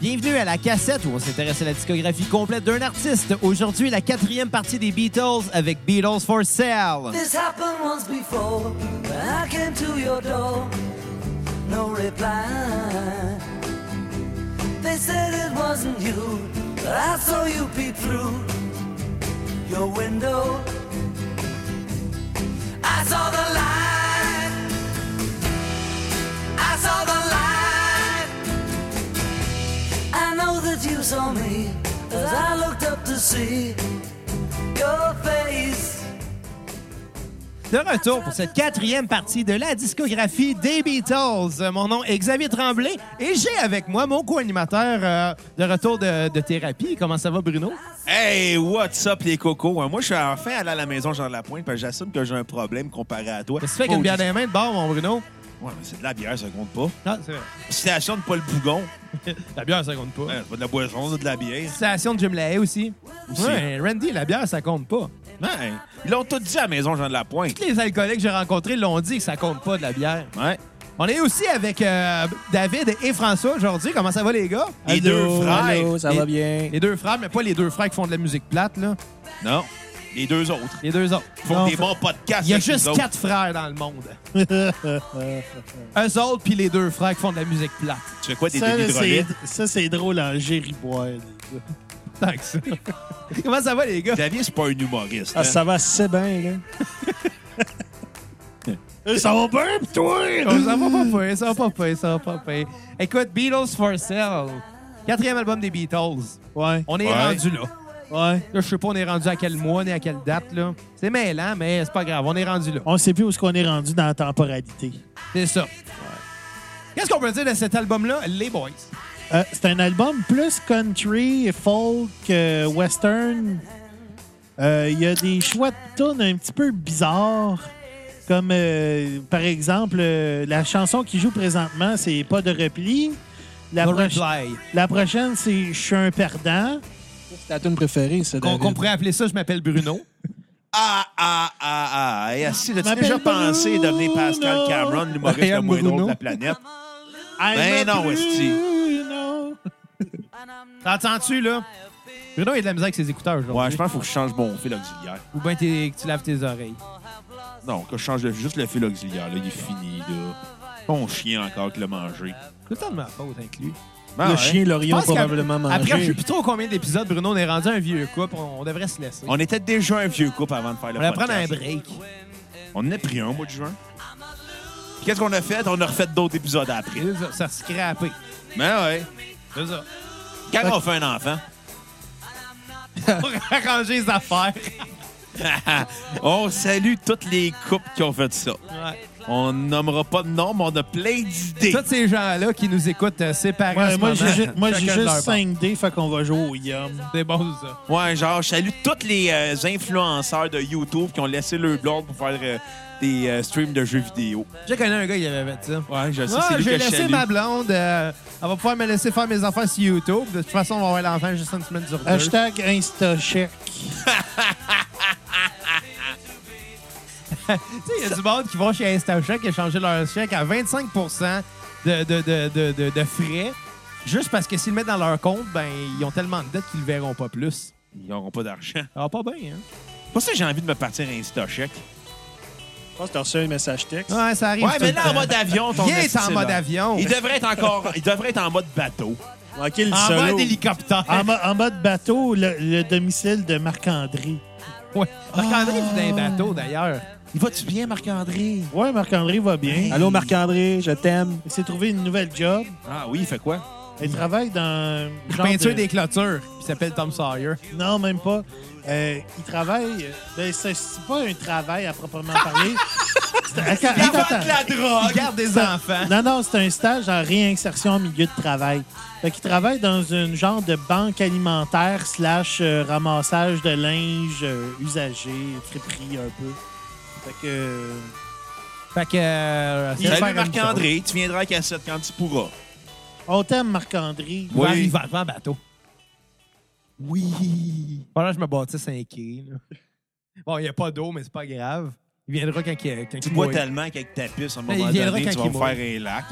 Bienvenue à la cassette où on s'intéresse à la discographie complète d'un artiste. Aujourd'hui, la quatrième partie des Beatles avec Beatles for Sale. This happened once before. when I came to your door, no reply. They said it wasn't you, but I saw you peep through your window. I saw the light. I saw the light. I know that you saw me as I looked up to see your face. De retour pour cette quatrième partie de la discographie des Beatles. Euh, Mon nom est Xavier Tremblay et j'ai avec moi mon co-animateur euh, de retour de, de thérapie. Comment ça va, Bruno? Hey, what's up les cocos? Hein, Moi, je suis enfin allé à la maison Jean Lapointe parce que j'assume que j'ai un problème comparé à toi. Qu'est-ce que tu fais qu'une Oh, bière dans les mains de bord, mon Bruno? Ouais, mais c'est de la bière, ça compte pas. Ah, c'est vrai. Citation de Paul Bougon. La bière, ça compte pas. Ouais, c'est pas de la boisson, c'est de la bière. Station de Jim Lahaye aussi. Aussi. Ouais, Randy, la bière, ça compte pas. Ouais, ils l'ont tout dit à la maison Jean Lapointe. Tous les alcooliques que j'ai rencontrés l'ont dit que ça compte pas de la bière. Ouais. On est aussi avec euh, David et François aujourd'hui. Comment ça va, les gars? Les deux frères. allô, ça Les- va bien. Les deux frères, mais pas les deux frères qui font de la musique plate, là. Non, les deux autres. Les deux autres. Ils font Non, des bons podcasts. Il y a avec juste nous autres. quatre frères dans le monde. Eux autres, puis les deux frères qui font de la musique plate. Tu fais quoi, des Ça, débits là, de relais? c'est- ça, c'est drôle en gériboire. les gars. Tant que ça. Comment ça va, les gars? Xavier, c'est pas un humoriste. Ah, hein. ça va assez bien, là. ça va bien, pis toi? Oh, ça va pas pire, ça va pas pire, ça va pas pire. Écoute, Beatles for Sale, quatrième album des Beatles. Ouais, On est Ouais. rendu là. ouais. Là, je sais pas, on est rendu à quel mois, ni à quelle date, là. C'est mêlant, mais c'est pas grave, on est rendu là. On sait plus où est-ce qu'on est rendu dans la temporalité. C'est ça. Qu'est-ce qu'on peut dire de cet album-là, Les Boys? Euh, c'est un album plus country, folk, euh, western. Euh, Il y a des choix de tunes un petit peu bizarres. Comme, euh, par exemple, euh, la chanson qui joue présentement, c'est Pas de repli. La, No proche- Reply. la prochaine, c'est Je suis un perdant. C'est ta tune préférée, ça, Qu'on David. qu'on pourrait appeler ça « Je m'appelle Bruno Ah, ah, ah, ah. Et si as-tu M'appelle déjà pensé Bruno. devenir Pascal Cameron, l'humoriste Brian le moins drôle Bruno. de la planète? I'm Ben a non, esti. Bruno. ». T'entends-tu, là? Bruno, il a de la musique avec ses écouteurs, aujourd'hui. Ouais, je pense qu'il faut que je change mon fil auxiliaire. Ou bien t'es- que tu laves tes oreilles. Non, que je change le- juste le fil auxiliaire, là, il est fini, là. Ton chien encore qui l'a mangé. C'est le temps de ma faute, inclus. Ben, Le ouais. chien Je l'Orion pense qu'ap- probablement mangé. Après, je sais plus trop combien d'épisodes, Bruno, on est rendu un vieux couple. On, on devrait se laisser. On était déjà un vieux couple avant de faire le On va podcast. prendre un break. On en a pris un au mois de juin. Puis Qu'est-ce qu'on a fait? On a refait d'autres épisodes après. C'est ça, Ça a scrappé. Ben ouais. C'est ça. Quand on fait un enfant, Pour arranger les affaires. on salue toutes les couples qui ont fait ça. Ouais. On nommera pas de nom, mais on a plein d'idées. Tous ces gens-là qui nous écoutent euh, séparés. en Ouais, ce moi, moment, j'ai ju- moi, j'ai chacun de juste leur part. 5D, fait qu'on va jouer au Yum. C'est bon, ça. Ouais, genre, je salue tous les euh, influenceurs de YouTube qui ont laissé leur blog pour faire euh, des euh, streams de jeux vidéo. J'ai connu un gars qui avait fait ça. Ouais, je sais, Ah, c'est lui j'ai que je laissé salue. ma blonde. euh, elle va pouvoir me laisser faire mes affaires sur YouTube. De toute façon, on va avoir l'enfant juste une semaine sur deux. Hashtag InstaCheck. Tu sais, il y a du monde qui vont chez InstaCheck échanger leur chèque à 25 de, de, de, de, de, de frais. Juste parce que s'ils le mettent dans leur compte, ben ils ont tellement de dettes qu'ils le verront pas plus. Ils n'auront pas d'argent. Ça va pas bien, hein? Pour ça, j'ai envie de me partir Insta chèque. Je pense que t'as reçu un message texte. Ouais, ça arrive. Ouais, mais tout là, le en temps. mode avion, ton Il est esti, en mode là. avion. Il devrait être encore. il devrait être en mode bateau. Ouais, quel En solo. mode hélicoptère. En, mo- en mode bateau, le, le domicile de Marc-André. Ouais. Ah. Marc-André vit d'un bateau, d'ailleurs. Il va-tu bien, Marc-André? Ouais, Marc-André va bien. Allô, Marc-André, je t'aime. Il s'est trouvé une nouvelle job. Ah oui, il fait quoi? Il travaille dans. La genre peinture de- des clôtures. Il s'appelle Tom Sawyer. Non, même pas. Euh, il travaille. Ben, c'est c'est pas un travail à proprement parler. C'est- attends, Il attends, vend de attends. la Il drogue! garde des enfants. Non, non, c'est un stage en réinsertion au milieu de travail. Fait qu'il travaille dans une genre de banque alimentaire slash euh, ramassage de linge euh, usagé, friperie un peu. Fait que... euh, Fait que. euh, c'est Salut faire comme ça. Marc-André, tu viendras à la cassette quand tu pourras. on t'aime, Marc-André. Il va Oui. arriver en bateau. Oui. Voilà, je me bâtisse un quai. là. Bon, il n'y a pas d'eau, mais c'est pas grave. Il viendra quand il, quand Tu il bois mouille. tellement qu'avec ta pisse, à un Mais moment il Ben, viendra donné, quand tu vas il me mouille. faire un lac.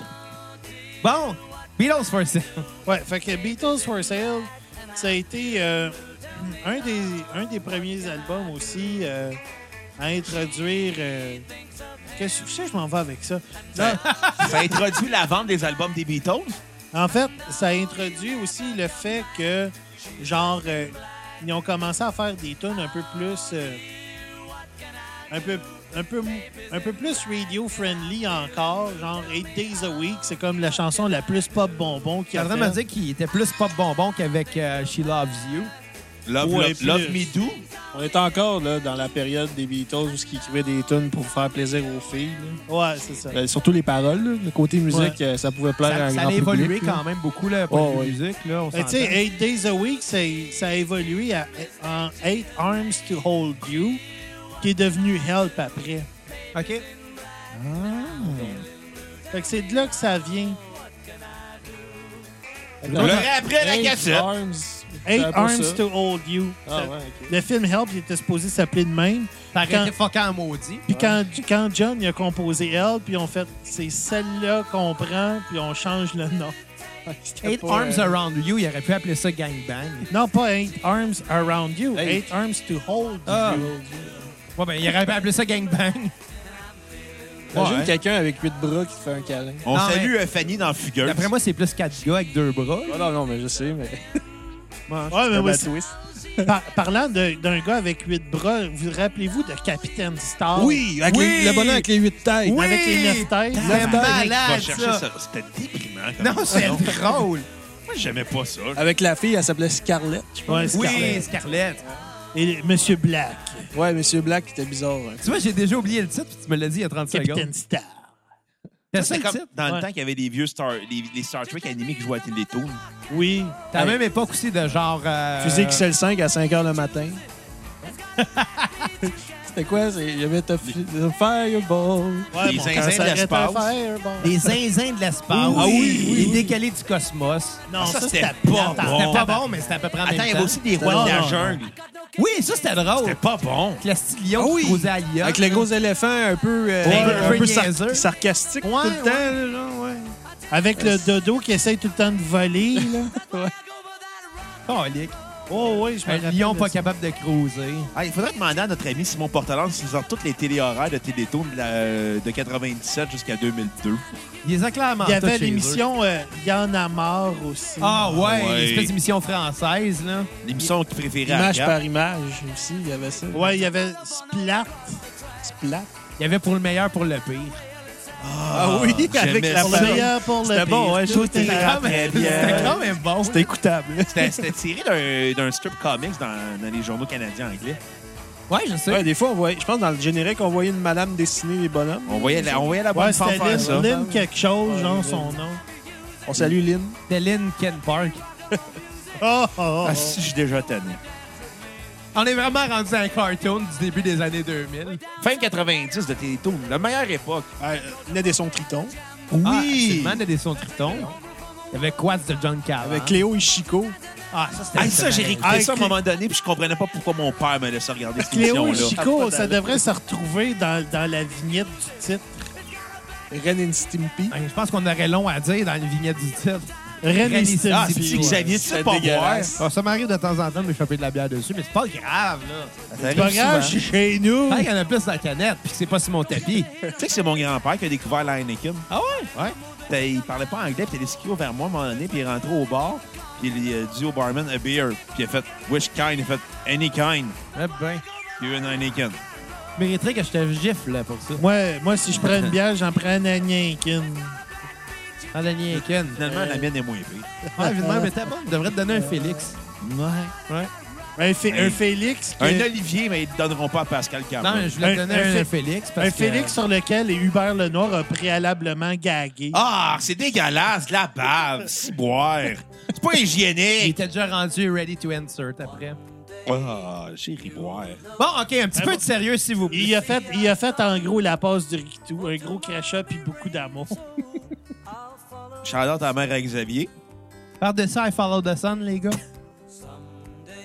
Bon, Beatles for Sale. Ouais, fait que Beatles for Sale, ça a été euh, un, des, un des premiers albums aussi euh, à introduire. euh, Qu'est-ce que je sais, je m'en vais avec ça. Non, Ça introduit la vente des albums des Beatles. en fait, ça a introduit aussi le fait que, genre, euh, ils ont commencé à faire des tunes un peu plus. euh, un peu. Un peu, mou- un peu plus radio-friendly encore, genre 8 Days a Week, c'est comme la chanson la plus pop bonbon Tu qui es a en train de me dire qu'il était plus pop bonbon qu'avec euh, She Loves You. Love, Ouais, love, puis love le- Me Do. On est encore là, dans la période des Beatles où ils écrivaient des tunes pour faire plaisir aux filles. là. Ouais, c'est ça. Euh, surtout les paroles. là. Le côté musique, Ouais. euh, ça pouvait plaire à Ça, un ça grand a évolué public, là. quand même beaucoup, là, point de Ouais, vue ouais. musique. Là, on Mais Ben, tu sais, s'entend. 8 Days a Week, ça, ça a évolué à, en 8 Arms to Hold You, qui est devenu Help après. OK. Fait que c'est de là que ça vient. On l'aurait après la Eight cassette. Arms. 8 J'avais pas Arms ça. to Hold You. Ah Ça- ouais, ok. Le film Help, il était supposé s'appeler de même. Ça aurait Quand- été fucking maudit. Puis quand, quand John il a composé Help, puis on fait c'est celle-là qu'on prend, puis on change le nom. C'était Eight pas, Arms euh, Around You, il aurait pu appeler ça Gang Bang. Non, pas 8 Arms Around You, 8 Eight. Arms to Hold Ah. You. Ouais, ben, il aurait pu appeler ça Gang Bang. Imagine Ouais. quelqu'un avec huit bras qui te fait un câlin. On Non, salue euh, Fanny dans Fugueuse. D'après moi, c'est plus quatre gars avec deux bras. Ah non, non, mais je sais, mais. Ouais, mais Un moi, bad c'est- twist. Par- parlant de- d'un gars avec huit bras, vous rappelez-vous de Capitaine Star? Oui, avec Oui. les- le bonheur avec les huit têtes. Oui. Avec les neuf têtes. C'est Neuf têtes. Va malade, chercher ça. ça. C'était déprimant. comme Non, c'est nom. drôle. Moi, j'aimais pas ça. Avec la fille, elle s'appelait Scarlett, je pense. Ouais, Oui, Scarlett. Scarlett. Et Monsieur Black, Ouais, Monsieur Black, qui était bizarre. hein. Tu vois, j'ai déjà oublié le titre, puis tu me l'as dit il y a 30 secondes. Capitaine Star. T'as ça C'était le comme titre? dans le Ouais. temps qu'il y avait les vieux Star, les, les Star Trek animés qui jouaient à Télétoon. Oui. T'as la même époque aussi de genre. euh, Fusée XL5 à 5 h le matin. C'était quoi? c'est- Il y avait ta fi- le Fireball. Les mon Indiens cancer de est un l'espace. fireball. Les zinzins de l'espace. Ah oui, Les décalés du cosmos. Ah, Non, ça, ça, c'était c'était pas plate. bon. C'était pas bon, mais c'était à peu près en Attends, il même y avait temps. aussi des Non, rois de la non, jungle. Oui, ça, c'était drôle. C'était pas bon. Avec le style lion qui causait à l'IA. Avec le gros éléphant un peu, euh, Ouais, un un peu peu sar- niaiseux. sarcastique Ouais, tout le temps. là, genre, ouais. Avec le dodo qui essaye tout le temps de voler. Là. Calique. Oh oui, je me Un rappelle lion de Euh, pas ça. capable de cruiser. Ah, il faudrait demander à notre ami Simon Portalance s'ils ont toutes les téléhoraires de Télétoon de, la- euh, de 97 jusqu'à 2002. Il les a clairement Il y avait tous chez eux. l'émission euh, Il y en a marre aussi. Ah ouais, Ouais. une espèce d'émission française, là. L'émission qu'il préférait à Image Gap. par image aussi, il y avait ça. Ouais, il y avait Splat. Splat. Il y avait pour le meilleur, pour le pire. Ah oui, j'aimais avec la ça. Pour le meilleur, pour le C'était bon, pire. ouais, je trouve Tout est- que Ah, Ah, très mais bien. C'était quand même bon. C'était écoutable. là. C'était c'était tiré d'un- d'un strip comics dans, dans les journaux canadiens anglais. Ouais, je sais. Ouais, des fois, on voyait, je pense dans le générique, on voyait une madame dessiner les bonhommes. On voyait la, on voyait la bonne Ouais, femme c'était faire ça. Lynn, Lynn quelque chose, Ouais, genre Lynn. son nom. On salue Lynn. C'était Lynn Ken Park. Oh, oh, Ah, oh. si, je suis déjà tanné. On est vraiment rendu à un cartoon du début des années 2000. Fin 90 de Télétoon, la meilleure époque. Ah, Il venait des sons tritons. Oui! Ah, c'est des sons tritons. Il y avait Quats de John Carr. Avec Léo Ichiko. Ah, ça, c'était. Ah, ça, j'ai excellent. réécouté Ah, ça à un Clé- moment donné, puis je comprenais pas pourquoi mon père me laissait regarder cette Cléo et émission-là. Chico, ça devrait se retrouver dans, dans la vignette du titre. Ren and Stimpy. Ah, Je pense qu'on aurait long à dire dans les vignettes du titre. Ren et Ren et Stimpy. Ah, Stimpy, si ouais. Xavier, tu sais C'est pas voir. dégueulasse. Ah, ça m'arrive de temps en temps de m'échapper de la bière dessus, mais c'est pas grave, là. C'est pas grave, je suis chez nous. Ah, Il y en a plus dans la canette, puis que c'est pas sur mon tapis. Tu sais que c'est mon grand-père qui a découvert la Heineken. Ah ouais? Ouais. T'as- Il parlait pas anglais, puis il a esquivé vers moi à un moment donné, puis il est rentré au bar, puis il a dit au barman a beer, puis il a fait which kind, il a fait any kind, Eh ben. puis il a eu une Heineken. Je mériterais que je te gifle, là, pour ça. Moi, moi, si je prends une bière, j'en prends un Nankin. Dans la Nienken. Finalement, la mienne est moins pire. Ah, évidemment, mais t'es bon. On devrait te donner un Félix. Ouais. Ouais. Un, Fé- Hey. un Félix. que- Un Olivier, mais ils te donneront pas à Pascal Non, mais Cameron. je voulais te Un- donner un un, Fé- Félix. Parce un que- Félix sur lequel Hubert Lenoir a préalablement gagué. Ah, c'est dégueulasse, de la bave, ciboire. C'est pas Il hygiénique. était déjà rendu ready to insert après. Ah, j'ai ri boire. Bon, OK, un petit peu de sérieux, s'il vous plaît. Il, a fait, il a fait en gros la passe du Rikitou, un gros crachat puis beaucoup d'amour. Charlotte, ta mère à Xavier. Par-dessus, I follow the sun, les gars.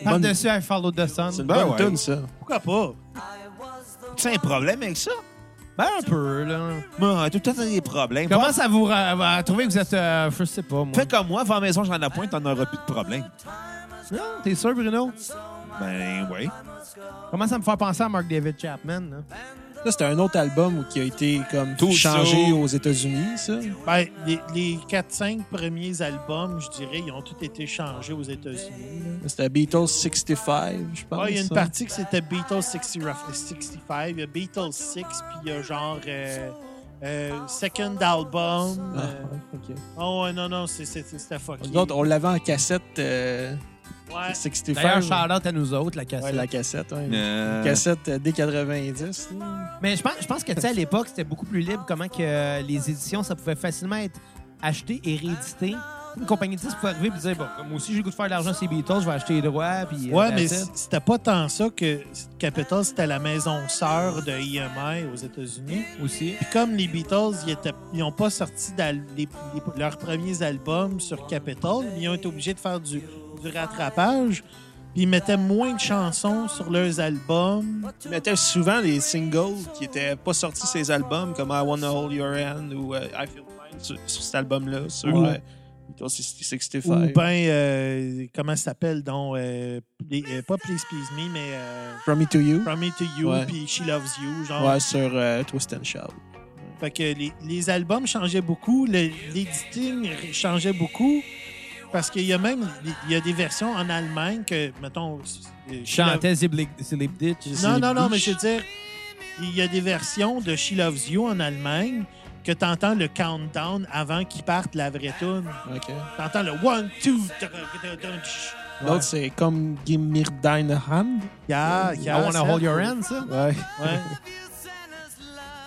Par-dessus, I follow the sun. C'est une Ben bonne ouais. tune, ça. Pourquoi pas? Tu as un problème avec ça? Ben, un peu, là. Moi, tout le temps, t'as des problèmes. Comment ça vous ra- à trouver que vous êtes. euh, je sais pas, moi. Fais comme moi, va à la maison, j'en ai point, t'en auras plus de problème. Non, t'es sûr, Bruno? Ben, oui. Comment ça me fait penser à Mark David Chapman? là? Ça, c'était un autre album qui a été comme Tout changé ça. aux États-Unis, ça. Ben, les, les 4-5 premiers albums, je dirais, ils ont tous été changés aux États-Unis. là. C'était Beatles 65, je pense. Ouais, il y a une Ah, ça. partie que c'était Beatles 60 rough- 65, il y a Beatles 6, puis il y a genre euh, euh, Second Album. Ah, euh, ouais, ok. oh, ouais, non, non, c'est- c'est- c'était fucké. Nous autres, on l'avait en cassette euh, Ouais. 65. D'ailleurs, shout-out à nous autres, la Ouais, cassette. la cassette, ouais. Euh, Cassette euh, D90. là. Mais je pense, je pense que, tu sais, à l'époque, c'était beaucoup plus libre comment que euh, les éditions, ça pouvait facilement être acheté et réédité. Une compagnie de disques pouvait arriver et dire, bon, moi aussi, j'ai le goût de faire de l'argent sur les Beatles, je vais acheter les droits. Puis, euh, Ouais, mais that's it. c- c'était pas tant ça que Capitol, c'était la maison sœur de EMI aux États-Unis. aussi. Puis comme les Beatles, ils étaient- ils n'ont pas sorti d'al- les- les- leurs premiers albums sur Capitol, mais ils ont été obligés de faire du, du rattrapage. Puis ils mettaient moins de chansons sur leurs albums. Ils mettaient souvent les singles qui n'étaient pas sortis ces albums, comme I Wanna Hold Your Hand ou euh, I Feel Fine sur, sur cet album-là, sur Ou- euh, Beatles 65. Ou ben, euh, comment ça s'appelle donc? euh, les- euh, pas Please Please Me, mais euh, From Me to You. Promise to You, Ouais. puis She Loves You. Genre, Ouais, sur euh, Twist and Shout. Fait que les, les albums changeaient beaucoup, le- l'editing r- changeait beaucoup. Parce qu'il y a même il y a des versions en Allemagne que, mettons. euh, Je chantais Zibli- Zilibditch. Non, Zilibditch. non, non, mais je veux dire, il y a des versions de She Loves You en Allemagne que t'entends le countdown avant qu'ils partent la vraie tune. OK. T'entends le one, two, tra- tra- tra- L'autre, c'est comme Give Me Deine Hand. yeah, I yeah, Wanna ça. Hold Your Hand, ça? Ouais. Ouais.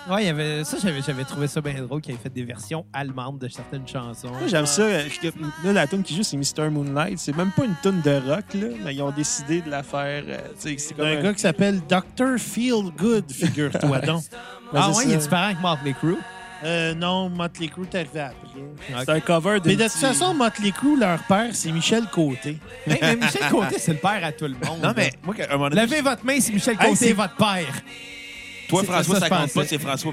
Ouais, il y avait ça, j'avais, j'avais trouvé ça bien drôle qu'il avait fait des versions allemandes de certaines chansons. Moi, j'aime ça. euh, que- Là, la tune qui joue, c'est Mr. Moonlight. C'est même pas une tune de rock, là, mais ils ont décidé de la faire. euh, tu sais, c'est comme D'un gars qui s'appelle Dr. Feel Good, figure-toi donc. Ah c'est ouais, ça. il est différent avec Motley Crue. Euh, non, Motley Crue est arrivé après. Ah, C'est un cover de. Mais de toute façon, Motley Crue, leur père, c'est Michel Côté. Hey, mais Michel Côté, c'est le père à tout le monde. Non, mais moi, à un moment donné, Levez votre main si Michel Hey, Côté c'est- est votre père. toi, c'est- François, ça, ça, je compte pensais. pas, c'est François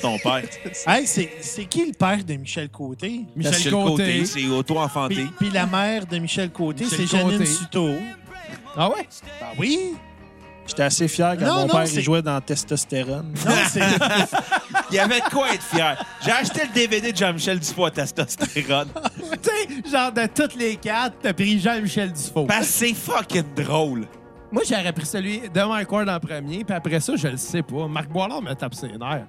ton père. Hey, c'est c'est qui le père de Michel Côté? Michel, Parce que le Côté. c'est auto-enfanté. Puis, puis la mère de Michel Côté, Michel c'est Janine Côté. Suto. Ah ouais? Ben oui! J'étais assez fier quand Non, mon non, père c'est- il jouait dans Testostérone. Non, c'est Il y avait de quoi être fier. J'ai acheté le DVD de Jean-Michel Dufour à testostérone. Tu sais, genre de toutes les quatre, t'as pris Jean-Michel Dufault. Parce que c'est fucking drôle. Ben, Moi, j'aurais pris celui de Mike Ward en premier, puis après ça, je le sais pas. Marc Boilard me tape ses nerfs.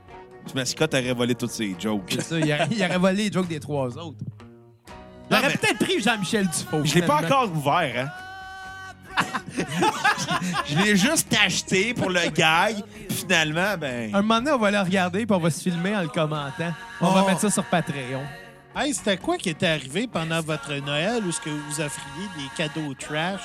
Massicotte aurait volé toutes ses jokes. C'est ça, il aurait, il aurait volé les jokes des trois autres. Non, J'aurais mais- peut-être pris Jean-Michel Dufault. Je l'ai pas finalement. encore ouvert, hein? je l'ai juste acheté pour le gag. puis Finalement, ben. Un moment donné, on va le regarder, puis on va se filmer en le commentant. On va Oh. mettre ça sur Patreon. Hey, c'était quoi qui était arrivé pendant votre Noël où ce que vous offriez des cadeaux trash?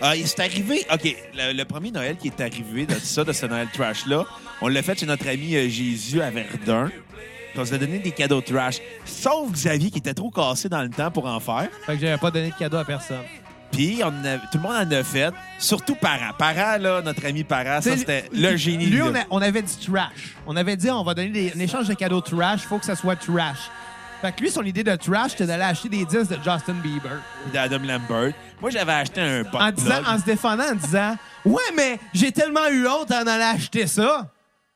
Ah, et c'est arrivé. OK, le, le premier Noël qui est arrivé de ça, de ce Noël trash-là, on l'a fait chez notre ami euh, Jésus à Verdun. Puis On s'est donné des cadeaux trash. Sauf Xavier qui était trop cassé dans le temps pour en faire. Fait que j'avais pas donné de cadeau à personne. Puis on en a- tout le monde en a fait, surtout Parent. Parent, là, notre ami Parent, ça T'sais, c'était le génie. Lui, là. on, a- on avait dit trash. On avait dit, on va donner des, un échange de cadeaux trash, faut que ça soit trash. Fait que lui, son idée de trash, c'était d'aller acheter des disques de Justin Bieber. d'Adam Lambert. Moi, j'avais acheté un pot En, disant, en se défendant, en disant, ouais, mais j'ai tellement eu honte en allant acheter ça.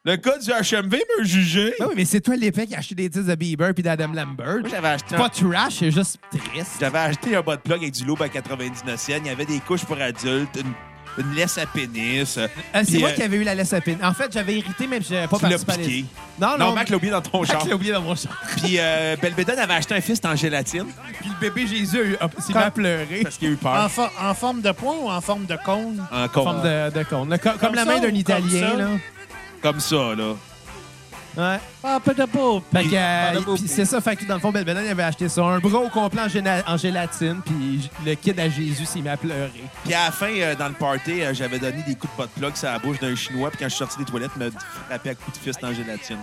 Le gars du HMV me jugeait. Ben oui, mais c'est toi l'épée qui a acheté des disques de Bieber puis d'Adam Lambert. Moi, j'avais acheté, Pas un... trash, c'est juste triste. j'avais acheté un bas de plug avec du lobe à 99 cents. Il y avait des couches pour adultes, une, une laisse à pénis. euh, Euh, c'est puis, moi euh, qui avais eu la laisse à pin. En fait, j'avais hérité, mais j'avais pas Tu l'as participé à piqué. Non, non, Non, Mac l'a oublié dans ton Mac char. l'a oublié dans mon char. Puis euh, Belbédone avait acheté un fist en gélatine Puis le bébé Jésus a eu- a- s'est mis à pleurer. parce qu'il a eu En, peur. fo- en forme de poing ou en forme de cône? En En con. forme de, de con. Le co- Comme, la ça main ou d'un comme Italien, ça? là. Comme ça, là. Ouais. Ah, peu de peau. Fait que, Puis- euh, Pas de peau. puis c'est ça, fait que dans le fond, Belle Banane, il avait acheté ça. Un bras au complet en, géna- en gélatine, puis j- le kid à Jésus s'est mis à pleurer. Puis à la fin, euh, dans le party, euh, j'avais donné des coups de pot de plug sur la bouche d'un Chinois. Puis quand je suis sorti des toilettes, il m'a frappé à coups de fist en gélatine.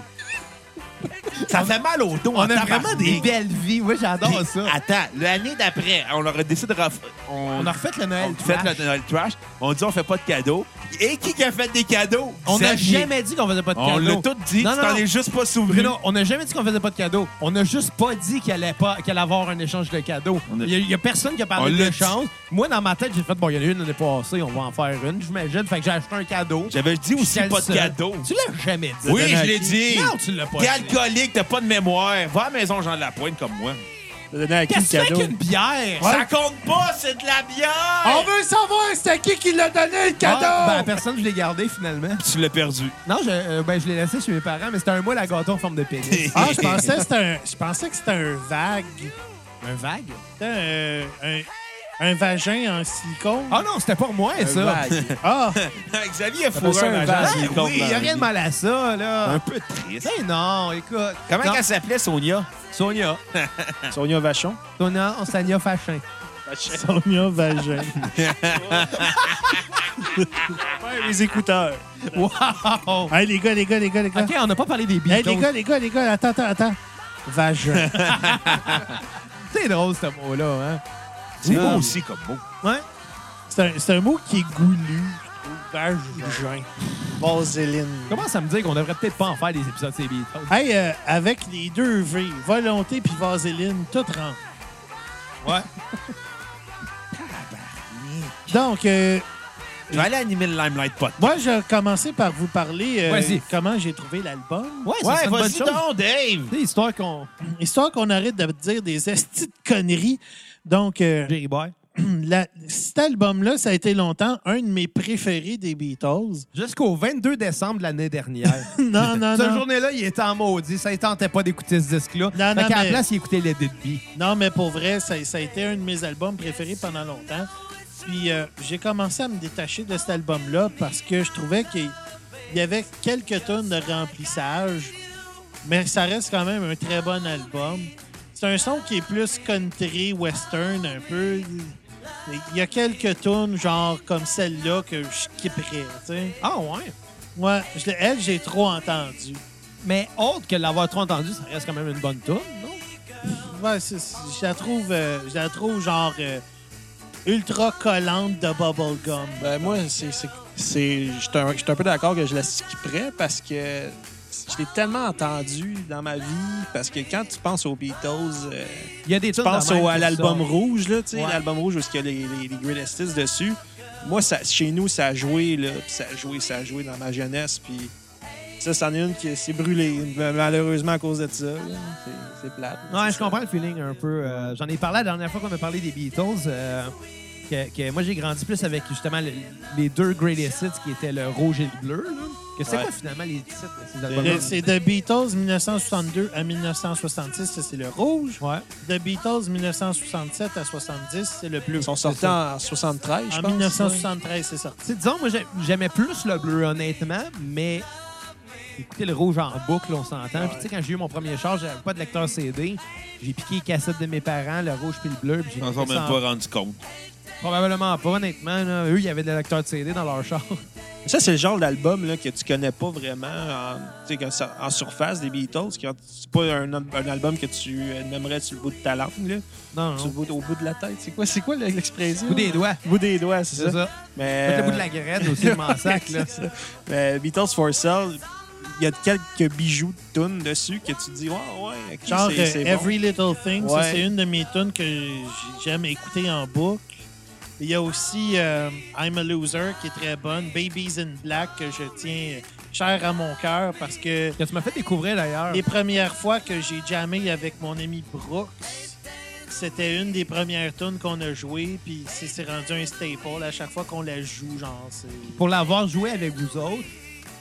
Ça fait mal au dos. On a vraiment des belles vies. Oui, j'adore ça. Attends, l'année d'après, on aurait décidé de ref- On a refait le Noël. on fait le Noël Trash. On dit on fait pas de cadeaux. Et qui qui a fait des cadeaux? On n'a Xavier. jamais dit qu'on faisait pas de cadeaux. On l'a tout dit, Non, non, tu t'en non. es juste pas souvenu. Bruno, on n'a jamais dit qu'on faisait pas de cadeaux. On n'a juste pas dit qu'il allait pas qu'il allait avoir un échange de cadeaux. On a- Il n'y a, personne qui a On parlé l'a d'échange. Moi, dans ma tête, j'ai fait bon, il y en a une l'année passée, on va en faire une, j'imagine. Fait que j'ai acheté un cadeau. J'avais dit aussi J'étais le pas de seul. cadeau. Tu l'as jamais dit. Oui, Donner à je l'ai qui? dit. Non, tu l'as pas T'es dit. alcoolique, t'as pas de mémoire. Va à la maison Jean de la Pointe comme moi. T'as donné à qui le Qu'est-ce que c'est cadeau? qu'une bière? Ça compte pas, c'est de la bière! On veut savoir c'est à qui qui l'a donné le cadeau! Ah, ben, à personne, je l'ai gardé finalement. Tu l'as perdu. Non, je, euh, ben, je l'ai laissé chez mes parents, mais c'était un moule à gâteau en forme de pénis. Ah, je pensais que c'était un, je pensais que c'était un vague. un vague? C'était un, un, un vagin en silicone. Ah non, c'était pour moi, ça. Ah! Xavier a Appelle fourré ça un Ah, un agent. Ben vase. silicone oui, il dans n'y a la rien de vie. mal à ça, là. Un peu triste. Ben non, écoute. Comment Non, qu'elle s'appelait, Sonia? Sonia. Sonia Vachon. Sonia, Sonia Fachin. Sonia Vagin. Ouais, les écouteurs. Wow! hey, les gars, les gars, les gars, les gars. OK, on n'a pas parlé des Hey, Beatles. les gars, les gars, les gars, attends, attends, attends. Vagin. C'est drôle, ce mot-là. Hein? C'est Non. beau aussi comme mot. Ouais. C'est un, c'est un mot qui est goulu. je trouve. Vagin. Vaseline. Comment ça me dire qu'on devrait peut-être pas en faire des épisodes des Beatles? Hey, euh, avec les deux V, volonté puis vaseline, tout rentre. Ouais. Donc, euh, Je vais aller animer le Limelight Pot. moi, je vais commencer par vous parler euh, Vas-y. comment j'ai trouvé l'album. Ouais, ça serait Ouais, une bonne vas-y chose. donc, Dave! C'est histoire qu'on... Histoire qu'on arrête de dire des estis de conneries. Donc, euh, Jerry Boy. la- cet album-là, ça a été longtemps un de mes préférés des Beatles. Jusqu'au 22 décembre de l'année dernière. Non, non, Cette non. journée-là, il était en maudit. Ça ne tentait pas d'écouter ce disque-là. Non, fait non, qu'à la mais- place, il écoutait les Deadbeat. Non, mais pour vrai, ça, ça a été un de mes albums préférés pendant longtemps. Puis euh, j'ai commencé à me détacher de cet album-là parce que je trouvais qu'il il y avait quelques tonnes de remplissage, mais ça reste quand même un très bon album. C'est un son qui est plus country, western un peu. Il y a quelques tunes, genre comme celle-là, que je skipperais. tu sais. Ah, ouais. Moi, je l'ai- elle, j'ai trop entendu. Mais autre que l'avoir trop entendu, ça reste quand même une bonne tourne, non? Ouais, c'est- c'est- je la trouve, euh, je la trouve genre euh, ultra collante de bubblegum. Ben, moi, c'est. c'est- c'est- Je suis un, je suis un peu d'accord que je la skipperais parce que je l'ai tellement entendu dans ma vie. Parce que quand tu penses aux Beatles, euh, Il y a des tu tunes penses de même au- à qui l'album sortent. rouge, là, tu sais, Ouais. l'album rouge où il y a les, les, les Greatest Hits dessus. Moi, ça, chez nous, ça a joué, là, puis ça a joué, ça a joué dans ma jeunesse. Puis ça, c'en est une qui s'est brûlée, malheureusement, à cause de ça. là. C'est- C'est plate. Ouais, je comprends le feeling un peu. Euh, J'en ai parlé la dernière fois qu'on a parlé des Beatles. euh, que, que moi, j'ai grandi plus avec justement le- les deux greatest hits qui étaient le rouge et le bleu. là. Que c'est Ouais. quoi finalement les titres de ces Le- albums-là? Euh, C'est The Beatles 1962 à 1966, ça, c'est le rouge. Ouais. The Beatles 1967 à 70, c'est le bleu. Ils sont sortis en 73, je En pense. 1973, c'est sorti. Tu sais, disons, moi, j'ai- j'aimais plus le bleu, honnêtement, mais écouter le rouge en boucle, on s'entend. Puis, tu sais, quand j'ai eu mon premier char, j'avais pas de lecteur CD. J'ai piqué les cassettes de mes parents, le rouge puis le bleu. puis j'ai Je m'en écouté suis même ça en- pas rendu compte. Probablement pas, honnêtement. là. Eux, il y avait des lecteurs de CD dans leur char. Ça, c'est le genre d'album là, que tu connais pas vraiment en, tu sais, que ça- en surface des Beatles. qui ont- C'est pas un, un album que tu euh, nommerais sur le bout de ta langue, là. Non, Sur le non. bout- au bout de la tête. C'est quoi, c'est quoi l'expression? Bout des doigts. Bout des doigts, c'est ça. C'est ça. Mais, Faites le bout de la graine aussi, le mansac, là. C'est ça. Mais Beatles for Sale, il y a quelques bijoux de tunes dessus que tu te dis, ouais, ouais, ok, Genre c'est- c'est euh, bon. Every Little Thing, ça, Ouais. c'est une de mes tunes que j'aime écouter en boucle. Il y a aussi euh, I'm a Loser qui est très bonne, Babies in Black que je tiens euh, cher à mon cœur parce que Que tu m'as fait découvrir, d'ailleurs. Les premières fois que j'ai jammé avec mon ami Brooks, c'était une des premières tunes qu'on a jouées, puis c'est c'est rendu un staple à chaque fois qu'on la joue, genre. c'est- Pour l'avoir joué avec vous autres,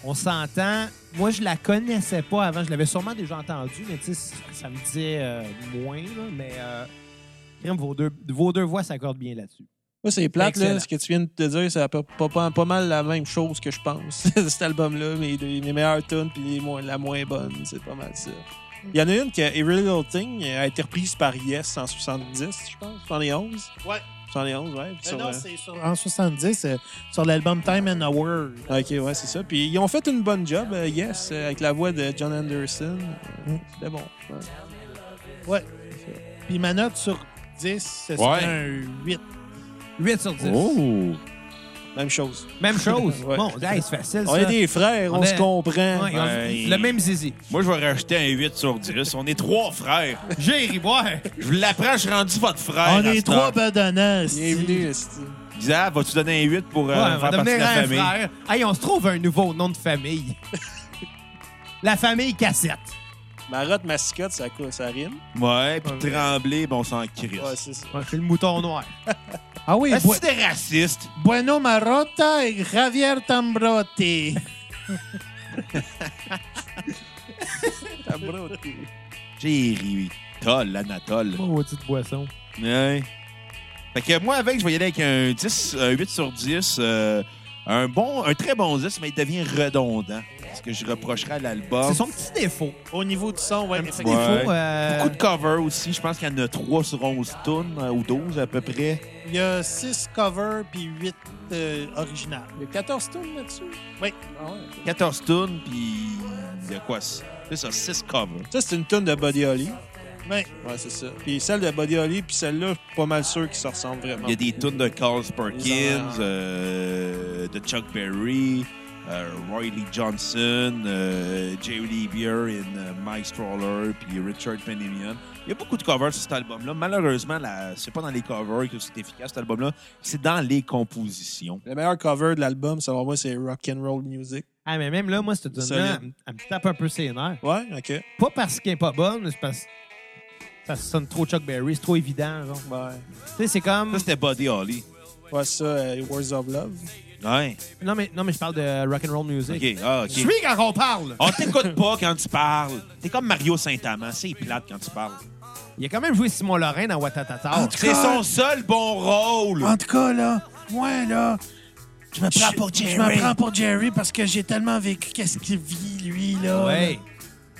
on s'entend... Moi, je la connaissais pas avant. Je l'avais sûrement déjà entendue, mais tu sais, ça me disait euh, moins, là. Mais... euh, crime, vos deux, vos deux voix s'accordent bien là-dessus. Moi, c'est plate, Excellent. là, ce que tu viens de te dire, c'est à peu- pas, pas- pas mal la même chose que je pense. Cet album-là, mes, mes meilleures tunes puis les moins- la moins bonne, c'est pas mal ça. Il y en a une que Every Little Thing a été reprise par Yes en 70, je pense, 71. Ouais. 71, ouais. puis Euh, sur, non, euh, c'est sur- en 70, euh, sur l'album Time and Hour. Ok, ouais, c'est ça. Puis ils ont fait une bonne job, euh, Yes, euh, avec la voix de John Anderson. Euh, C'était bon. ouais. Ouais. Puis ma note sur 10, c'est Ouais. Oh. un 8. 8 sur 10. Même chose. Même chose. Ouais. Bon, hey, c'est facile. On ça. est des frères, on, est- se comprend. Ouais, on- Ouais. Le même zizi. Moi, je vais rajouter un 8 sur 10. On est trois frères. J'ai ri boire. Je vous l'apprends, je suis rendu votre frère. On à est cette trois heure. badonnants. Bienvenue, esti. Zab, vas-tu donner un 8 pour euh, Ouais, on va faire partie de devenir la un famille? frère. Hey, on se trouve un nouveau nom de famille. la famille cassette. Marotte, mascotte, ça, quoi, ça rime? Ouais, puis trembler, bon sang Christ. Ouais, c'est ça. Ouais, c'est le mouton noir. Ah oui, Est-ce bu- que c'était raciste? Bueno Marotta et Javier Tambrotti. T'as broté. J'ai ri. Toll, Anatole. Mon petite boisson. Ouais. Fait que moi, avec, je vais y aller avec un 10, un 8 sur 10. euh, un bon, un très bon 10, mais il devient redondant. Ce que je reprocherais à l'album. C'est son petit défaut. Au niveau du son, ouais, effectivement. Ah. Défaut. Ouais. euh, Beaucoup de covers aussi. Je pense qu'il y en a 3 sur 11 tunes, euh, ou 12 à peu près. Il y a six covers puis huit euh, originales. Il y a 14 tours là-dessus. Oui. Ah ouais. 14 tunes, puis il y a quoi? C'est c'est ça, 6 covers. Ça, c'est une tonne de Body Holly. Mais Ouais, c'est ça. Puis celle de Body Holly, puis celle-là, je suis pas mal sûr qu'ils se ressemblent vraiment. Il y a des tunes de Carl Perkins, Bizarre. euh, de Chuck Berry, euh, Roy Lee Johnson, euh, Jerry Lee Beer and euh, Mike Stroller, puis Richard Pennymian. Il y a beaucoup de covers sur cet album-là. Malheureusement, la- c'est pas dans les covers que c'est efficace, cet album-là. C'est dans les compositions. Le meilleur cover de l'album, selon moi, c'est Rock'n'Roll Music. Ah, mais même là, moi, cette donne-là, Solide. elle, elle me tape un peu ses nerfs. Ouais, OK. Pas parce qu'elle est pas bonne, mais c'est parce que ça sonne trop Chuck Berry, c'est trop évident. genre. Ouais. Tu sais, c'est comme. Ça, c'était Buddy Holly. Ouais, ça, euh, Words of Love. Ouais. Non, mais, non, mais je parle de rock and roll music. OK. Ah, OK. Ah. Je suis quand on parle. On t'écoute pas quand tu parles. T'es comme Mario Saint-Amand. C'est plate quand tu parles. Il a quand même joué Simon Lorrain dans Watatata. C'est son seul bon rôle. En tout cas, là, moi, là, Je me je, je me prends pour Jerry parce que j'ai tellement vécu qu'est-ce qu'il vit, lui, là. Ouais.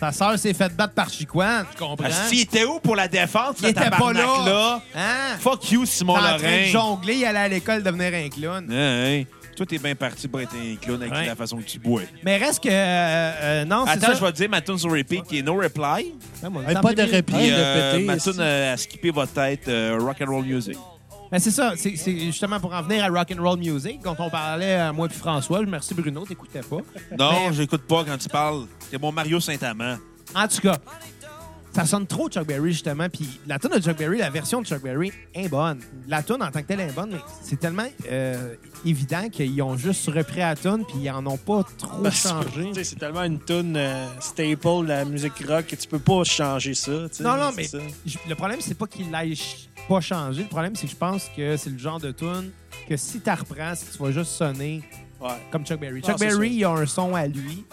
Sa sœur s'est fait battre par Chiquan, tu comprends? Ah, S'il était où pour la défense, il était pas là. là. Hein? Fuck you, Simon T'es en train de Lorrain. jongler, il allait à l'école devenir un clown. Hey, hey. Toi, t'es bien parti pour être un clown avec Ouais. la façon que tu bois. Mais reste que. euh, euh, non, c'est ça. Attends, je vais te dire ma tune sur repeat qui est No Reply. Ah, mon Hey, temps pas de pris. répit. Puis de euh, péter, ma esti. tune euh, à skipper va être euh, Rock and Roll Music. Mais Ben, c'est ça, c'est c'est justement pour en venir à rock and roll music. Quand on parlait, euh, moi et François, merci Bruno, t'écoutais pas. Non, Mais- j'écoute pas quand tu parles. T'es mon Mario Saint-Amand. En tout cas, ça sonne trop Chuck Berry, justement. Puis la tune de Chuck Berry, la version de Chuck Berry, est bonne. La tune en tant que telle est bonne, mais c'est tellement euh, évident qu'ils ont juste repris la tune puis ils en ont pas trop changé. Tu sais, C'est tellement une tune euh, staple de la musique rock que tu peux pas changer ça. tu sais, Non, non, c'est mais ça. je- le problème, c'est pas qu'il l'aient ch- pas changé. Le problème, c'est que je pense que c'est le genre de tune que si t'as reprends, si tu vas juste sonner Ouais. comme Chuck Berry. Ah, Chuck c'est sûr. Berry, il a un son à lui.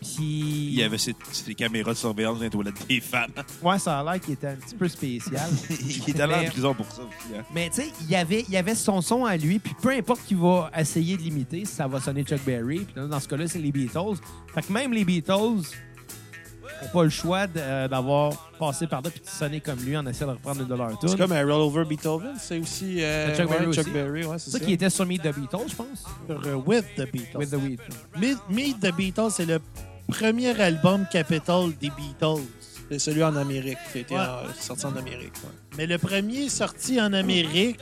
Puis. Il y avait ses, ses caméras de surveillance dans les toilettes des femmes. Ouais, ça a l'air qu'il était un petit peu spécial. il est allé Mais- en prison pour ça aussi. hein. Mais tu sais, il y avait, il y avait son son à lui, puis peu importe qui va essayer de l'imiter, ça va sonner Chuck Berry. Puis là, dans ce cas-là, c'est les Beatles. Fait que même les Beatles n'ont pas le choix de- euh, d'avoir passé par là puis de sonner comme lui en essayant de reprendre une de leurs tunes. C'est comme un Rollover Beethoven, c'est aussi euh, Ben, Chuck ouais, Berry Chuck aussi. Berry, ouais, c'est C'est ça. ça qui était sur Meet the Beatles, je pense. Sur, euh, With the Beatles. With the Beatles. Meet, Meet the Beatles, c'est le premier album capital des Beatles. C'est celui en Amérique, qui a été Ouais. euh, sorti en Amérique. ouais. Mais le premier sorti en Amérique,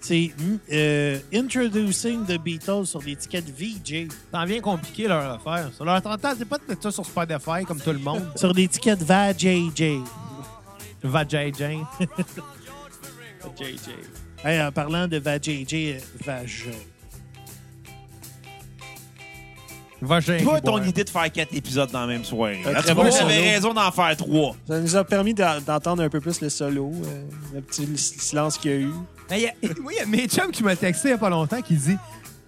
c'est mm, euh, Introducing the Beatles sur l'étiquette VJ. T'en viens compliqué leur affaire. Ça leur tentant, c'est pas de mettre ça sur Spotify comme tout le monde. Sur l'étiquette VJJ. Va JJ. JJ. Hey, en parlant de VJJ, VJ. Va JJ. Pas ton idée de faire quatre épisodes dans la même soirée. Un En très tout cas, bon J'avais solo. raison d'en faire trois. Ça nous a permis d'en- d'entendre un peu plus le solo, euh, le petit l- silence qu'il y a eu. Ben, il y a- Moi, il y a mes chums qui m'a texté il n'y a pas longtemps qui dit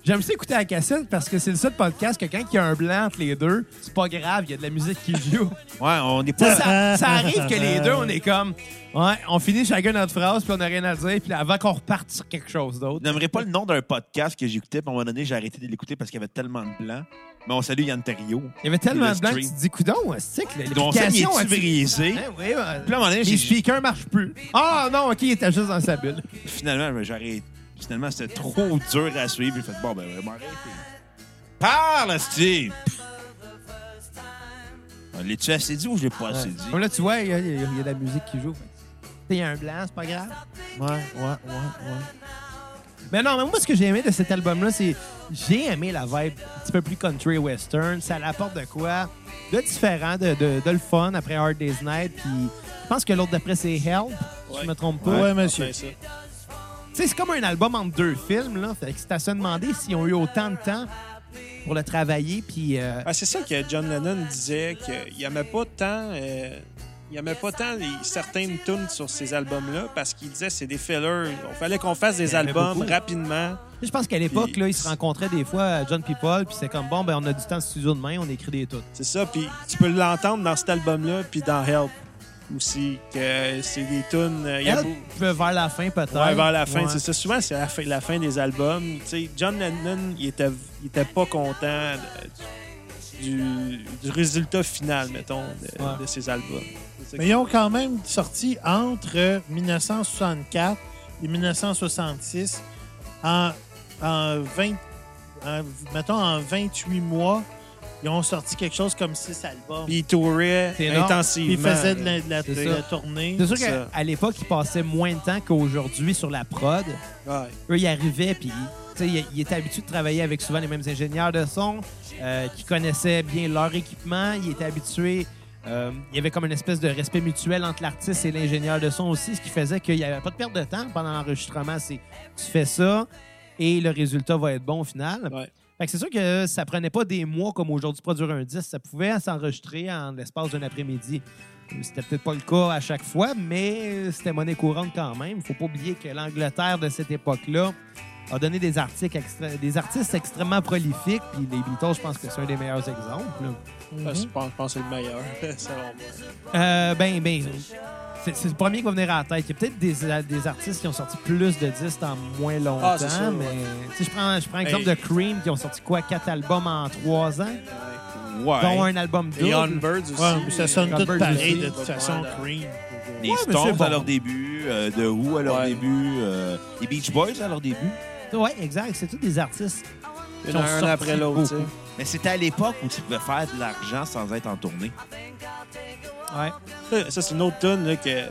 J'aime ça écouter la cassette parce que c'est le seul podcast que quand il y a un blanc entre les deux, c'est pas grave, il y a de la musique qui joue. Ouais, on n'est ça, pas. ça- ça arrive que les deux, on est comme Ouais, on finit chacun notre phrase, puis on n'a rien à dire, puis avant qu'on reparte sur quelque chose Je d'autre. n'aimerais pas le nom d'un podcast que j'écoutais, puis à un moment donné, j'ai arrêté de l'écouter parce qu'il y avait tellement de blancs. Mais on salue Yann Terriot. Il y avait tellement Le de blancs que tu stream. te dis Coudon, c'est que Donc, ça, il l'application est a-tu- brisé. Hein, oui, ben, Puis là, à un moment donné, les j'ai- speakers marchent plus. Ah non, OK, il était juste dans sa bulle. Finalement, j'ai arrêté. Finalement, c'était trop dur à suivre. J'ai fait, bon, ben, je vais m'arrêter. Parle, Steve! L'as-tu assez dit ou je l'ai pas assez dit? Comme là, tu vois, il y, a- il y a il y a de la musique qui joue. Fait que, Il y a un blanc, c'est pas grave. Ouais, ouais, ouais, ouais. Mais non, mais moi, ce que j'ai aimé de cet album-là, c'est j'ai aimé la vibe un petit peu plus country western. Ça l'apporte de quoi de différent, de, de, de le fun après Hard Day's Night. Puis je pense que l'autre d'après, c'est Help, si je me trompe pas. Ouais, Ouais, monsieur. enfin, ça. Tu sais, c'est comme un album entre deux films, là. Fait que c'est à se demander s'ils ont eu autant de temps pour le travailler, puis... euh, Ah, c'est ça que John Lennon disait qu'il n'aimait pas tant. euh, il aimait pas tant les, certaines tunes sur ces albums-là parce qu'il disait c'est des fillers. Il fallait qu'on fasse des aimait albums beaucoup. rapidement. Je pense qu'à l'époque, Puis- là, ils se rencontraient des fois, John puis Paul, puis c'est comme, bon, ben, on a du temps en studio demain, on écrit des toutes. C'est ça. Puis tu peux l'entendre dans cet album-là puis dans Help aussi. Que c'est des tunes. euh, il y a Elle, beau- vers la fin, peut-être. Ouais, vers la fin, Ouais. c'est ça. Souvent, c'est la fin, la fin des albums. Tu sais, John Lennon, il était, il était pas content euh, du, du résultat final, mettons, de, Ouais. de ses albums. C'est ça Mais ils ont quand même sorti entre euh, 1964 et 1966 en, en 20, en- mettons en 28 mois. Ils ont sorti quelque chose comme 6 albums. Puis il tourait C'est énorme. intensivement. Puis ils faisaient de la, de la- C'est de ça. la tournée. C'est sûr c'est qu'à ça. à l'époque, ils passaient moins de temps qu'aujourd'hui sur la prod. Ouais. Eux, ils arrivaient, puis tu sais, ils ils étaient habitués de travailler avec souvent les mêmes ingénieurs de son euh, qui connaissaient bien leur équipement. Ils étaient habitués. euh, il y avait comme une espèce de respect mutuel entre l'artiste et l'ingénieur de son aussi, ce qui faisait qu'il n'y avait pas de perte de temps pendant l'enregistrement. C'est tu fais ça et le résultat va être bon au final. Ouais. Fait que c'est sûr que ça prenait pas des mois comme aujourd'hui produire un disque. Ça pouvait s'enregistrer en l'espace d'un après-midi. C'était peut-être pas le cas à chaque fois, mais c'était monnaie courante quand même. Faut pas oublier que l'Angleterre de cette époque-là a donné des, articles extra- des artistes extrêmement prolifiques. Puis les Beatles, je pense que c'est un des meilleurs exemples. là. Enfin, Mhm. je, pense, je pense que c'est le meilleur, selon moi. Euh, ben, ben, c'est c'est le premier qui va venir à la tête. Il y a peut-être des, euh, des artistes qui ont sorti plus de disques en moins longtemps, Ah, c'est sûr, ouais. mais si je prends, je prends l'exemple Hey. de Cream qui ont sorti quoi, quatre albums en trois ans, Ouais. dont un album Et On double. Birds aussi. Ouais, mais ça sonne Comme tout Birds pareil aussi. de toute façon, Les Cream. Ouais, mais c'est Stones bon. à leur début, euh, The Who à leur Ouais. début, euh, les Beach Boys à leur début. Ouais, exact. C'est tous des artistes. Une- Ils ont Un sorti après l'autre. tu sais. beaucoup. Mais c'était à l'époque où tu pouvais faire de l'argent sans être en tournée. Ouais. Ça, ça, c'est une autre tune là, que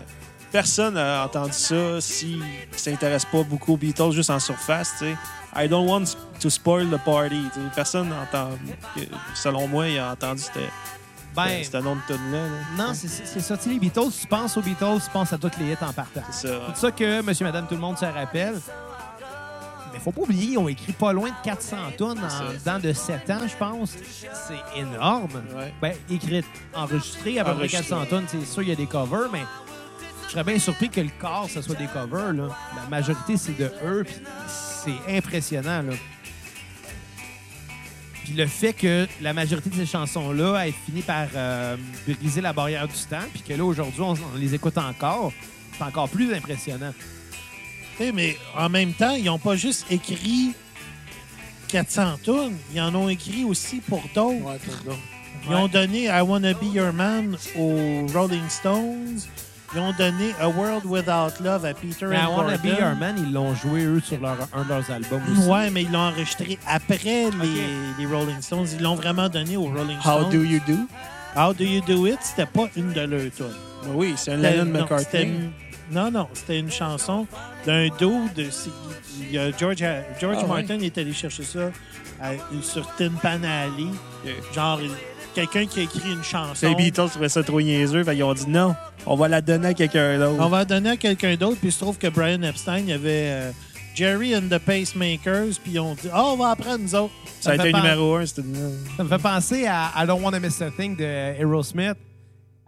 personne n'a entendu ça si ne s'intéresse pas beaucoup aux Beatles juste en surface. tu sais. I don't want to spoil the party. tu sais. Personne n'entend. Selon moi, il a entendu ce Ben, nom de tune-là. là. non, c'est- c'est c'est ça. Tu sais, les Beatles, tu penses aux Beatles, tu penses à toutes les hits en partant. C'est ça. C'est ça que Monsieur, Madame, tout le monde se rappelle. Mais faut pas oublier, ils ont écrit pas loin de 400 tonnes en C'est dedans de 7 ans, je pense. C'est énorme. Ouais. Ben, écrite, enregistrée, à peu près Enregistrée. 400 tonnes, c'est sûr, il y a des covers, mais je serais bien surpris que le corps, ce soit des covers. Là. La majorité, c'est de eux, puis c'est impressionnant. Là. Puis le fait que la majorité de ces chansons-là aient fini par euh, briser la barrière du temps, puis que là, aujourd'hui, on, on les écoute encore, c'est encore plus impressionnant. Tu sais, mais en même temps, ils n'ont pas juste écrit 400 tunes, ils en ont écrit aussi pour d'autres. Ouais, pour d'autres. Ils ont donné I Wanna Be Your Man aux Rolling Stones. Ils ont donné A World Without Love à Peter Mais I and Wanna Gordon. Be Your Man, ils l'ont joué, eux, sur leur, un de leurs albums aussi. Ouais, mais ils l'ont enregistré après les, les Rolling Stones. Ils l'ont vraiment donné aux Rolling Stones. How do you do? How Do You Do It, c'était pas une de leurs tunes. Ben oui, c'est un C'était- Lennon non, c'était McCartney. une- Non, non, c'était une chanson d'un dude. c'est- il y a George, George Ah ouais? Martin est allé chercher ça à- sur Tin Pan Alley. Ok. Genre, il- quelqu'un qui a écrit une chanson. Les Beatles trouvaient ça trop niaiseux, fait ils ont dit non, on va la donner à quelqu'un d'autre. On va la donner à quelqu'un d'autre, puis il se trouve que Brian Epstein, il y avait euh, Jerry and the Pacemakers, puis ils ont dit Ah, on va apprendre nous autres. Ça a Ça fait été pas- numéro un, c'était Ça me fait penser à I Don't Wanna Miss a Thing de Aerosmith.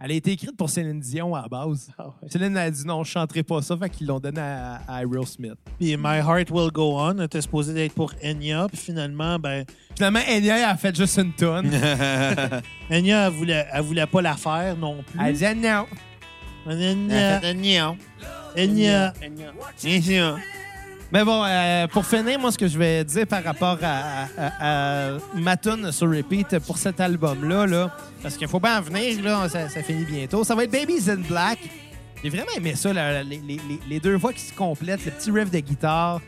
Elle a été écrite pour Céline Dion à la base. Céline a dit non, je chanterai pas ça, fait qu'ils l'ont donné à, à Aerosmith. Puis My Heart Will Go On était supposé d'être pour Enya, puis finalement, ben, Finalement, Enya a fait juste une tonne. Enya, elle voulait, elle voulait pas la faire non plus. Elle dit non. Enya, Enya. Mais bon, euh, pour finir, moi, ce que je vais dire par rapport à, à- à- à ma tune sur repeat pour cet album-là, là, parce qu'il faut bien en venir, là, ça, ça finit bientôt, ça va être Babies in Black. J'ai vraiment aimé ça, la- les, les- les- les deux voix qui se complètent, le petit riff de guitare.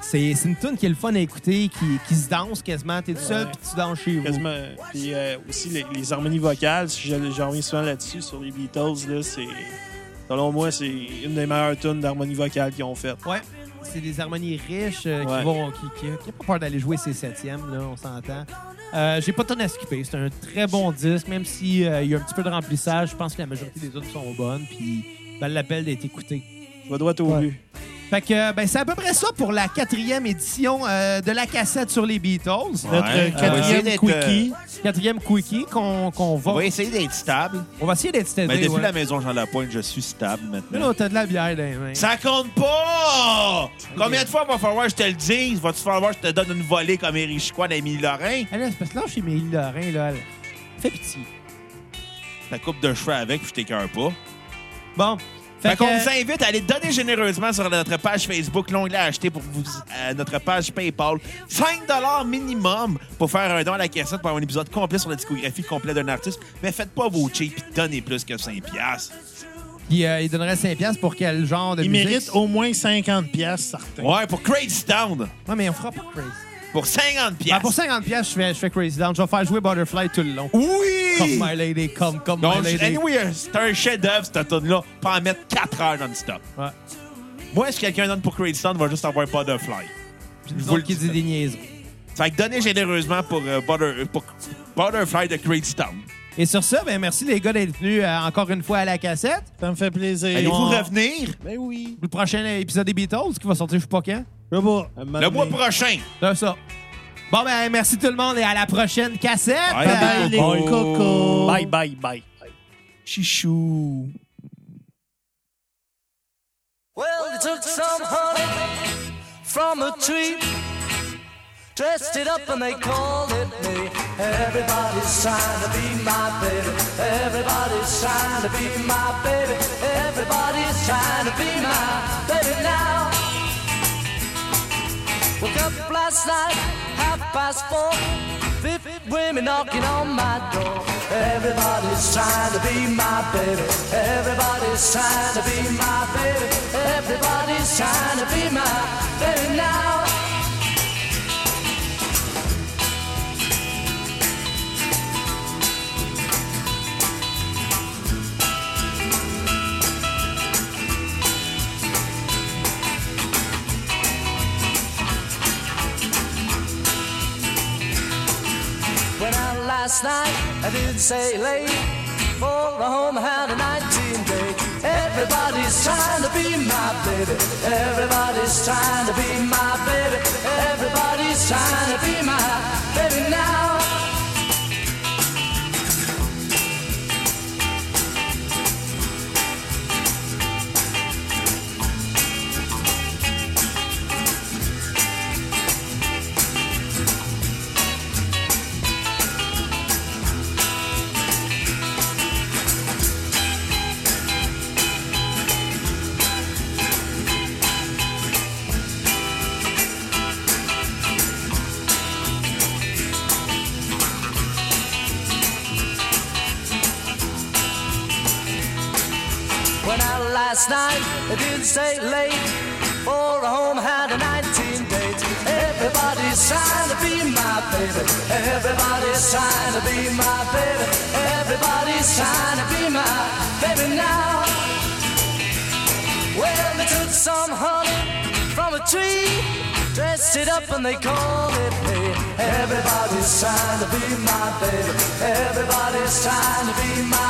C'est c'est une tune qui est le fun à écouter, qui, qui se danse quasiment. T'es tout seul, Ouais. puis tu danses chez vous. Quasiment. Puis euh, aussi les, les harmonies vocales, si je- j'en reviens souvent là-dessus, sur les Beatles, là, c'est. Selon moi, c'est une des meilleures tunes d'harmonie vocale qu'ils ont faites. Ouais. c'est des harmonies riches euh, qui Ouais. vont. qui, qui, qui a pas peur d'aller jouer ses septièmes, là, on s'entend. Euh, J'ai pas de tonne à skipper. C'est un très bon disque, même s'il si, euh, il y a un petit peu de remplissage. Je pense que la majorité des autres sont bonnes, puis valent la peine d'être écoutées. Je vais droit au Ouais. but. Fait que, euh, ben, c'est à peu près ça pour la quatrième édition euh, de la cassette sur les Beatles. Notre Ouais. essayer quatrième d'être, quickie. Quatrième quickie qu'on qu'on On va. va essayer d'être stable. On va essayer d'être Mais stédé. Ben, depuis Ouais. la maison Jean Lapointe, je suis stable Là, maintenant. là, t'as de la bière dans les mains. Ça compte pas! Combien de fois va falloir que je te le dise? Va-tu falloir que je te donne une volée comme Éric Chicoine à Émilie Lorrain? Allez, c'est parce que là, chez Mélie Lorrain, là, elle- fais pitié. Ta coupe de cheveux avec, puis je t'écœure pas. Bon. Fait, Fait, qu'on que- vous invite à aller donner généreusement sur notre page Facebook, l'onglet à acheter pour vous, à notre page PayPal. 5 minimum pour faire un don à la cassette pour avoir un épisode complet sur la discographie complète d'un artiste. Mais faites pas vos cheap et donnez plus que 5 piastres. Puis, euh, il donnerait 5 piastres pour quel genre de Il musique? mérite au moins 50 pièces certains. Ouais, pour Crazy Down, Ouais, mais on fera pas Crazy. pour 50 piastres. Ah, pour 50 piastres, je fais, je fais Crazy Down. Je vais faire jouer Butterfly tout le long. Come, Oui! my lady, come, come, Donc, my lady. Oh anyway, euh, c'est un chef-d'œuvre, cette tune-là. Pas en mettre 4 heures non-stop. Ouais. Moi, si quelqu'un donne pour Crazy Down, il va juste avoir pas de fly. Puis nous autres qui dit des niaiseries. Fait que donnez généreusement pour, euh, Butter- euh, pour Butterfly de Crazy Town. Et sur ça, ben, merci les gars d'être venus euh, encore une fois à la cassette. Ça me fait plaisir. Allez-vous On- revenir? Ben oui. Le prochain épisode des Beatles qui va sortir, je sais pas quand. Je sais pas. Le mois prochain. C'est ça. Bon, ben, merci tout le monde et à la prochaine cassette. Bye. Bye bye les Bye. cocos. Bye, bye, bye. Chichou. Well, they took some honey from a tree, dressed it up and they called it me. Everybody's trying to be my baby. Everybody's trying to be my baby. Everybody's trying to be my baby now. Woke up last night, half past four. Fifty women knocking on my door. Everybody's trying to be my baby. Everybody's trying to be my baby. Everybody's trying to be my baby now. Went out last night, I did say late. For the home had a 19 day. Everybody's trying to be my baby. Everybody's trying to be my baby. Everybody's trying to be my baby now. Went out last night, I didn't stay late. For a home had a 19 date. Everybody's trying to be my baby. Everybody's trying to be my baby. Everybody's trying to be my baby now. Well, they took some honey from a tree, dressed it up and they called it me. Everybody's trying to be my baby. Everybody's trying to be my